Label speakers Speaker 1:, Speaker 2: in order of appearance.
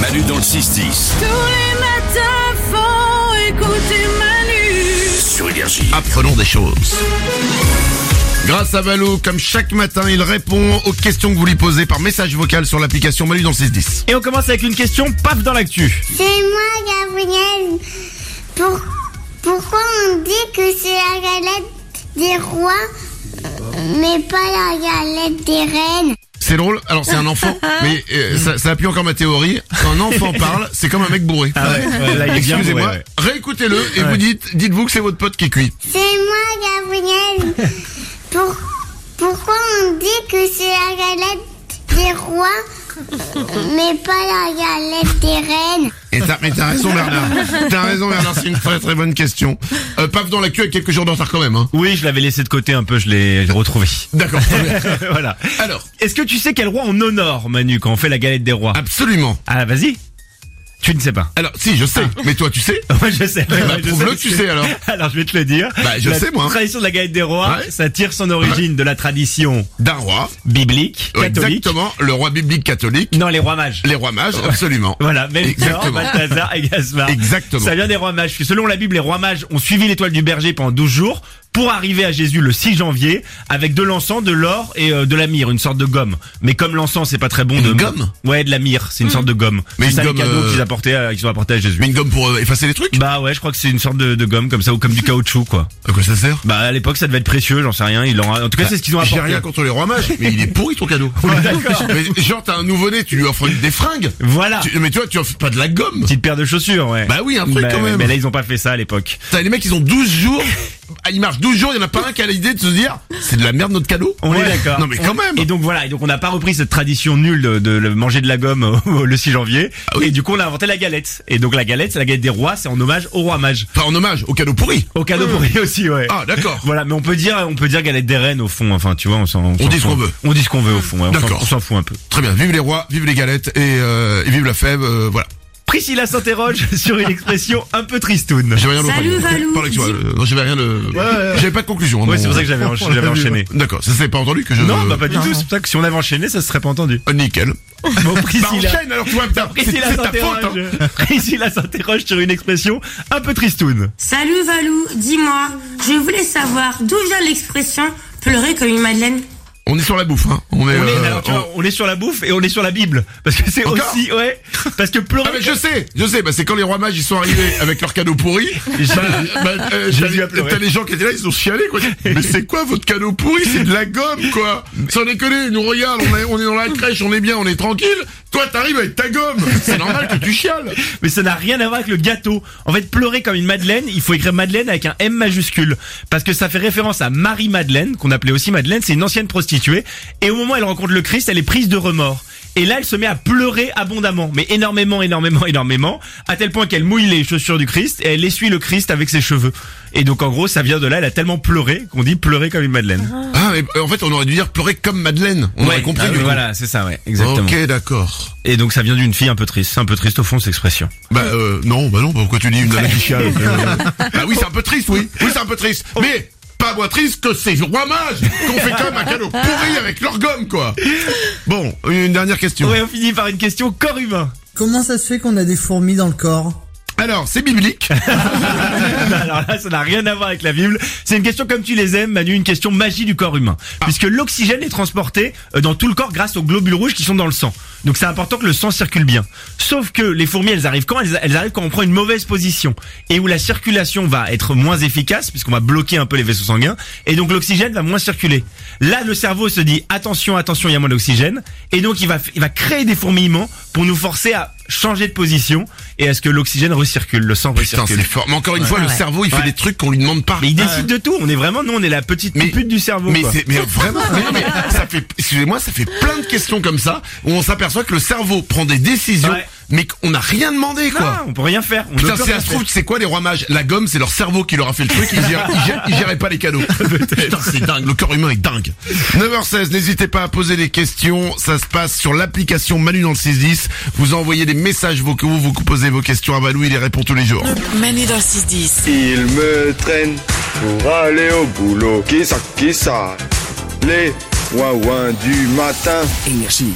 Speaker 1: Manu dans le 6-10
Speaker 2: Tous les matins font écouter Manu.
Speaker 1: sur Énergie.
Speaker 3: Apprenons des choses. Grâce à Valo, comme chaque matin, il répond aux questions que vous lui posez par message vocal sur l'application Manu dans le 610.
Speaker 4: Et on commence avec une question paf dans l'actu.
Speaker 5: C'est moi, Gabriel. Pour- pourquoi on dit que c'est la galette des rois, euh, mais pas la galette des reines
Speaker 3: C'est drôle, alors c'est un enfant, mais euh, ça, ça appuie encore ma théorie. Quand un enfant parle, c'est comme un mec bourré.
Speaker 4: là, il est Ah bien
Speaker 3: Ah Excusez-moi,
Speaker 4: bourré, ouais.
Speaker 3: réécoutez-le et vous dites, dites-vous que c'est votre pote qui est cuit.
Speaker 5: C'est moi, Gabriel. Pour- pourquoi on dit que c'est la galette des rois, euh, mais pas la galette des reines
Speaker 3: Et t'as, mais t'as raison Bernard, t'as raison Bernard, c'est une très très bonne question. Euh, paf dans la queue avec quelques jours de retard quand même. Hein.
Speaker 4: Oui, je l'avais laissé de côté un peu, je l'ai je l'ai retrouvé.
Speaker 3: D'accord, très bien.
Speaker 4: voilà.
Speaker 3: Alors,
Speaker 4: Est-ce que tu sais quel roi on honore, Manu, quand on fait la galette des rois
Speaker 3: absolument.
Speaker 4: Ah, vas-y. Tu ne sais pas.
Speaker 3: Alors, si, je sais,
Speaker 4: Ah.
Speaker 3: mais toi tu sais
Speaker 4: Moi, je sais.
Speaker 3: bah,
Speaker 4: Ouais, je
Speaker 3: prouve-le,
Speaker 4: parce
Speaker 3: tu
Speaker 4: que-
Speaker 3: sais, alors.
Speaker 4: Alors, je vais te le dire.
Speaker 3: Bah, je
Speaker 4: la
Speaker 3: sais, moi.
Speaker 4: tradition de la galette des rois,
Speaker 3: Ouais.
Speaker 4: ça tire son origine de la tradition
Speaker 3: D'un roi,
Speaker 4: biblique, catholique.
Speaker 3: Exactement, le roi biblique catholique,
Speaker 4: Non, les rois mages.
Speaker 3: les rois mages, absolument.
Speaker 4: Voilà, Melchior,
Speaker 3: Exactement.
Speaker 4: Balthazar et Gaspard.
Speaker 3: Exactement.
Speaker 4: Ça vient des rois mages. parce que Selon la Bible, les rois mages ont suivi l'étoile du berger pendant 12 jours pour arriver à Jésus le 6 janvier avec de l'encens, de l'or et euh, de la myrrhe, une sorte de gomme. Mais comme l'encens, c'est pas très bon
Speaker 3: Une
Speaker 4: de
Speaker 3: gomme
Speaker 4: Ouais, de la myrrhe, c'est une sorte de gomme.
Speaker 3: Mais
Speaker 4: c'est
Speaker 3: une
Speaker 4: ça
Speaker 3: gomme,
Speaker 4: les cadeaux
Speaker 3: euh,
Speaker 4: qu'ils apportaient, à- qu'ils ont apportés à Jésus.
Speaker 3: Mais une gomme pour euh, effacer les trucs
Speaker 4: Bah ouais, je crois que c'est une sorte de, de gomme comme ça ou comme du caoutchouc quoi.
Speaker 3: À quoi ça sert
Speaker 4: Bah à l'époque, ça devait être précieux, j'en sais rien. Ils l'ont- en tout cas, c'est ce qu'ils ont apporté.
Speaker 3: Bah, J'ai rien contre les rois mages, mais il est pourri ton cadeau. Mais genre t'as un nouveau-né, tu lui offres une- des fringues.
Speaker 4: Voilà.
Speaker 3: Tu- mais tu vois, tu offres pas de la gomme.
Speaker 4: Petite paire de chaussures, ouais.
Speaker 3: Bah oui, un truc
Speaker 4: Bah
Speaker 3: quand
Speaker 4: ouais,
Speaker 3: même.
Speaker 4: Mais là, ils ont pas fait ça à l'époque.
Speaker 3: T'as les mecs, ils ont 12 jours. Ah, Ils marchent 12 jours, il y en a pas un qui a l'idée de se dire, c'est de la merde notre cadeau.
Speaker 4: On
Speaker 3: Ouais.
Speaker 4: est d'accord.
Speaker 3: Non mais quand même.
Speaker 4: Et donc voilà, et donc on n'a pas repris cette tradition nulle de, de le- manger de la gomme au- le 6 janvier.
Speaker 3: Ah oui.
Speaker 4: Et du coup, on a inventé la galette. Et donc la galette, c'est la galette des rois, c'est en hommage au roi mage.
Speaker 3: Enfin, en hommage au cadeau pourri.
Speaker 4: Au cadeau pour lui aussi, ouais.
Speaker 3: Ah, d'accord.
Speaker 4: Voilà, mais on peut dire, on peut dire galette des reines au fond. Enfin, tu vois, on s'en. On, s'en
Speaker 3: dit ce
Speaker 4: fout.
Speaker 3: qu'on veut.
Speaker 4: On dit ce qu'on veut au fond. ouais. On s'en-
Speaker 3: D'accord.
Speaker 4: On s'en fout un peu.
Speaker 3: Très bien. Vive les rois, vive les galettes et, euh, et vive la fève. euh, voilà.
Speaker 4: Priscilla s'interroge sur une expression un peu tristoune.
Speaker 3: J'ai rien de
Speaker 2: Salut, Valou.
Speaker 3: Pardon, excuse-moi, euh, Non, j'avais rien de. J'avais pas de conclusion. hein,
Speaker 4: Ouais,
Speaker 3: mon-
Speaker 4: c'est pour ça que j'avais encha- j'avais enchaîné.
Speaker 3: D'accord. Ça s'est pas entendu que je.
Speaker 4: Non, bah pas du tout. C'est pour ça que si on avait enchaîné, ça se serait pas entendu.
Speaker 3: Euh, Nickel.
Speaker 4: Bon,
Speaker 3: Bah
Speaker 4: Priscilla.
Speaker 3: enchaîne alors toi, putain. C'est
Speaker 4: Priscilla
Speaker 3: c'est ta faute. hein.
Speaker 4: s'interroge. Priscilla s'interroge sur une expression un peu tristoune.
Speaker 6: Salut Valou, dis-moi, je voulais savoir d'où vient l'expression pleurer comme une madeleine.
Speaker 3: On est sur la bouffe. Hein. On est.
Speaker 4: On est,
Speaker 3: euh,
Speaker 4: alors, tu vois,
Speaker 3: on-
Speaker 4: on est sur la bouffe et on est sur la Bible. Parce que c'est
Speaker 3: Encore
Speaker 4: aussi, ouais. Parce que pleurer.
Speaker 3: Ah mais je sais, je sais. Bah c'est quand les rois mages ils sont arrivés avec leurs cadeaux pourris. Bah, bah, euh,
Speaker 4: Jésus
Speaker 3: t'as-
Speaker 4: a pleuré.
Speaker 3: T'as les gens qui étaient là, ils ont chialé quoi. Mais c'est quoi votre cadeau pourri C'est de la gomme quoi. Sans déconner, ils nous regardent. On est, on est dans la crèche, on est bien, on est tranquille. Toi t'arrives avec ta gomme. C'est normal que tu chiales.
Speaker 4: Mais ça n'a rien à voir avec le gâteau. En fait, pleurer comme une madeleine, il faut écrire madeleine avec un M majuscule. Parce que ça fait référence à Marie Madeleine, qu'on appelait aussi Madeleine, c'est une ancienne prostituée. Et au moment où elle rencontre le Christ, elle est prise de remords. Et là, elle se met à pleurer abondamment, mais énormément, énormément, énormément, à tel point qu'elle mouille les chaussures du Christ et elle essuie le Christ avec ses cheveux. Et donc, en gros, ça vient de là, elle a tellement pleuré qu'on dit pleurer comme une madeleine.
Speaker 3: Ah mais euh, en fait on aurait dû dire pleurer comme Madeleine. On aurait compris
Speaker 4: ah,
Speaker 3: du coup.
Speaker 4: Voilà, c'est ça, ouais, exactement.
Speaker 3: Ok d'accord.
Speaker 4: Et donc ça vient d'une fille un peu triste, C'est un peu triste au fond cette expression.
Speaker 3: Bah euh, non, bah non, pourquoi tu dis une nana qui chiale euh, Bah oui, c'est un peu triste, oui. Oui, c'est un peu triste.
Speaker 4: Oh.
Speaker 3: Mais pas moins triste que ces rois mages qu'on fait quand même un cadeau
Speaker 4: Ah.
Speaker 3: pourri avec leur gomme, quoi. Bon, une dernière question.
Speaker 4: Ouais, on finit par une question corps humain.
Speaker 7: Comment ça se fait qu'on a des fourmis dans le corps
Speaker 3: Alors, c'est biblique.
Speaker 4: Ah, Alors là, ça n'a rien à voir avec la Bible. C'est une question comme tu les aimes, Manu, une question magie du corps humain.
Speaker 3: Ah.
Speaker 4: Puisque l'oxygène est transporté euh, dans tout le corps grâce aux globules rouges qui sont dans le sang. Donc c'est important que le sang circule bien. Sauf que les fourmis, elles arrivent quand elles, elles arrivent quand on prend une mauvaise position et où la circulation va être moins efficace puisqu'on va bloquer un peu les vaisseaux sanguins et donc l'oxygène va moins circuler. Là, le cerveau se dit attention, attention, il y a moins d'oxygène et donc il va il va créer des fourmillements pour nous forcer à changer de position et à ce que l'oxygène recircule, le sang
Speaker 3: Putain,
Speaker 4: recircule.
Speaker 3: c'est fort. Mais encore une fois, le cerveau, il fait
Speaker 4: Ouais.
Speaker 3: des trucs qu'on lui demande pas.
Speaker 4: Mais il décide de tout. On est vraiment, nous, on est la petite
Speaker 3: Mais-
Speaker 4: pute du cerveau.
Speaker 3: Mais
Speaker 4: quoi.
Speaker 3: c'est mais vraiment mais non, mais ça fait excusez-moi ça fait plein de questions comme ça où on s'aperçoit que le cerveau prend des décisions
Speaker 4: Ouais.
Speaker 3: mais qu'on n'a rien demandé
Speaker 4: Non,
Speaker 3: quoi.
Speaker 4: on peut rien faire. On ne
Speaker 3: Putain,
Speaker 4: peut
Speaker 3: si
Speaker 4: rien
Speaker 3: ça se
Speaker 4: faire.
Speaker 3: trouve, tu sais quoi, les rois mages La gomme, c'est leur cerveau qui leur a fait le truc, ils gèrent, ils gèrent- ils géraient pas les cadeaux. Putain, c'est dingue, le corps humain est dingue. 9h16, n'hésitez pas à poser des questions, ça se passe sur l'application Manu dans le 610. Vous envoyez des messages vocaux, vous posez vos questions à Balou, il les répond tous les jours.
Speaker 8: Manu dans le 6-10.
Speaker 9: Il me traîne pour aller au boulot. Qui ça, qui ça Les ouin ouin du matin.
Speaker 8: Énergie.